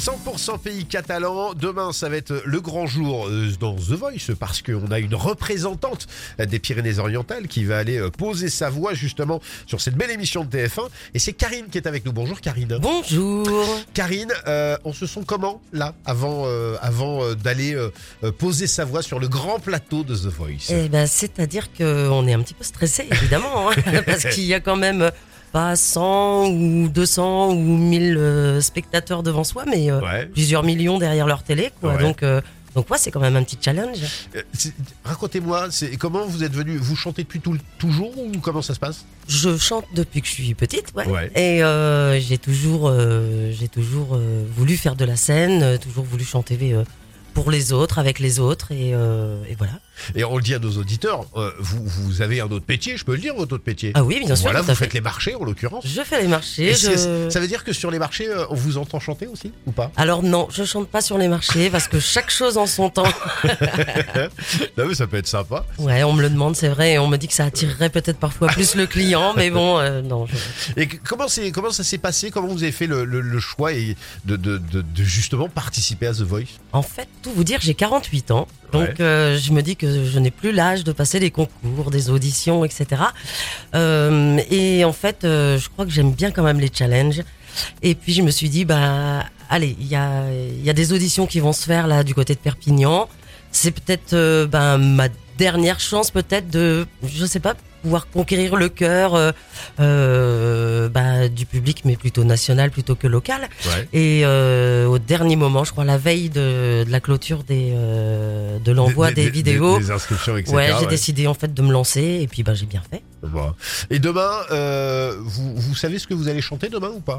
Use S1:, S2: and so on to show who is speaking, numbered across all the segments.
S1: 100% pays catalan. Demain, ça va être le grand jour euh, dans The Voice parce qu'on a une représentante des Pyrénées-Orientales qui va aller euh, poser sa voix justement sur cette belle émission de TF1. Et c'est Karine qui est avec nous. Bonjour Karine.
S2: Bonjour.
S1: Karine, euh, on se sent comment là avant, euh, avant euh, d'aller euh, euh, poser sa voix sur le grand plateau de The Voice
S2: Eh ben, c'est-à-dire qu'on est un petit peu stressé, évidemment, hein, parce qu'il y a quand même euh, pas 100 ou 200 ou 1000 euh, spectateurs devant soi, mais euh,
S1: Ouais.
S2: plusieurs millions derrière leur télé, quoi.
S1: Ouais.
S2: Donc, euh, donc ouais, c'est quand même un petit challenge.
S1: Euh, c'est- Racontez-moi, c'est- comment vous êtes venu Vous chantez depuis tout, le- toujours ou comment ça se passe
S2: Je chante depuis que je suis petite, ouais.
S1: Ouais.
S2: Et euh, j'ai toujours, euh, j'ai toujours euh, voulu faire de la scène, euh, toujours voulu chanter euh, pour les autres, avec les autres, et, euh, et voilà.
S1: Et on le dit à nos auditeurs, euh, vous, vous avez un autre métier, je peux le dire, votre autre métier.
S2: Ah oui, bien sûr.
S1: voilà,
S2: tout à
S1: vous
S2: fait.
S1: faites les marchés en l'occurrence.
S2: Je fais les marchés.
S1: Et
S2: je...
S1: c'est- Ça veut dire que sur les marchés, euh, on vous entend chanter aussi ou pas
S2: Alors non, je chante pas sur les marchés parce que chaque chose en son temps.
S1: Non mais Ah ça peut être sympa.
S2: Ouais, on me le demande, c'est vrai, et on me dit que ça attirerait peut-être parfois plus le client, mais bon, euh, non. je-
S1: Et que- comment, c'est- comment ça s'est passé Comment vous avez fait le, le- le choix et de, de- de- de justement participer à The Voice
S2: En fait, tout vous dire, j'ai 48 ans, donc
S1: Ouais.
S2: euh, je me dis que je n'ai plus l'âge de passer des concours, des auditions, etc. Euh, et en fait, euh, je crois que j'aime bien quand même les challenges. Et puis je me suis dit, bah allez, il y a, il y a des auditions qui vont se faire là du côté de Perpignan. C'est peut-être euh, ben, ma dernière chance peut-être de, je sais pas, pouvoir conquérir le cœur euh, euh, bah, du public, mais plutôt national plutôt que local.
S1: Ouais.
S2: Et euh, au dernier moment, je crois la veille de, de la clôture des, euh, de l'envoi des, vidéos,
S1: Des, inscriptions, etc.
S2: ouais, j'ai
S1: ouais.
S2: décidé en fait de me lancer et puis bah j'ai bien fait.
S1: Bon. Et demain, euh, vous, vous savez ce que vous allez chanter demain ou pas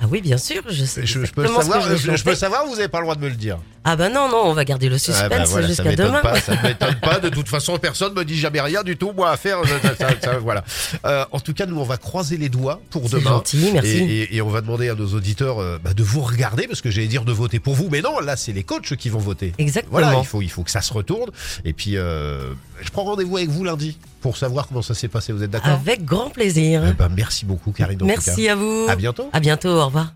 S2: Ah oui, bien sûr, je sais
S1: je, je peux le
S2: exactement
S1: savoir,
S2: ce que je,
S1: je,
S2: vais
S1: je peux le
S2: chanter.
S1: savoir, vous n'avez pas le droit de me le dire.
S2: Ah bah non, non, on va garder le suspense hein,
S1: Ah bah voilà, ça
S2: jusqu'à
S1: m'étonne
S2: demain.
S1: Pas, ça ne m'étonne pas. De toute façon, personne me dit jamais rien du tout. Moi, à faire, je- ça- ça- ça- voilà. Euh, en tout cas, nous, on va croiser les doigts pour
S2: C'est
S1: demain.
S2: gentil, merci.
S1: Et, et- et on va demander à nos auditeurs euh, bah, de vous regarder parce que j'allais dire de voter pour vous, mais non, là c'est les coachs qui vont voter.
S2: Exactement.
S1: Voilà, il faut, il faut que ça se retourne. Et puis, euh, je prends rendez-vous avec vous lundi pour savoir comment ça s'est passé. Vous êtes d'accord
S2: Avec grand plaisir.
S1: Eh ben, Merci beaucoup, Karine. en tout
S2: Ah, Merci à vous.
S1: cas. À bientôt.
S2: à bientôt, au revoir.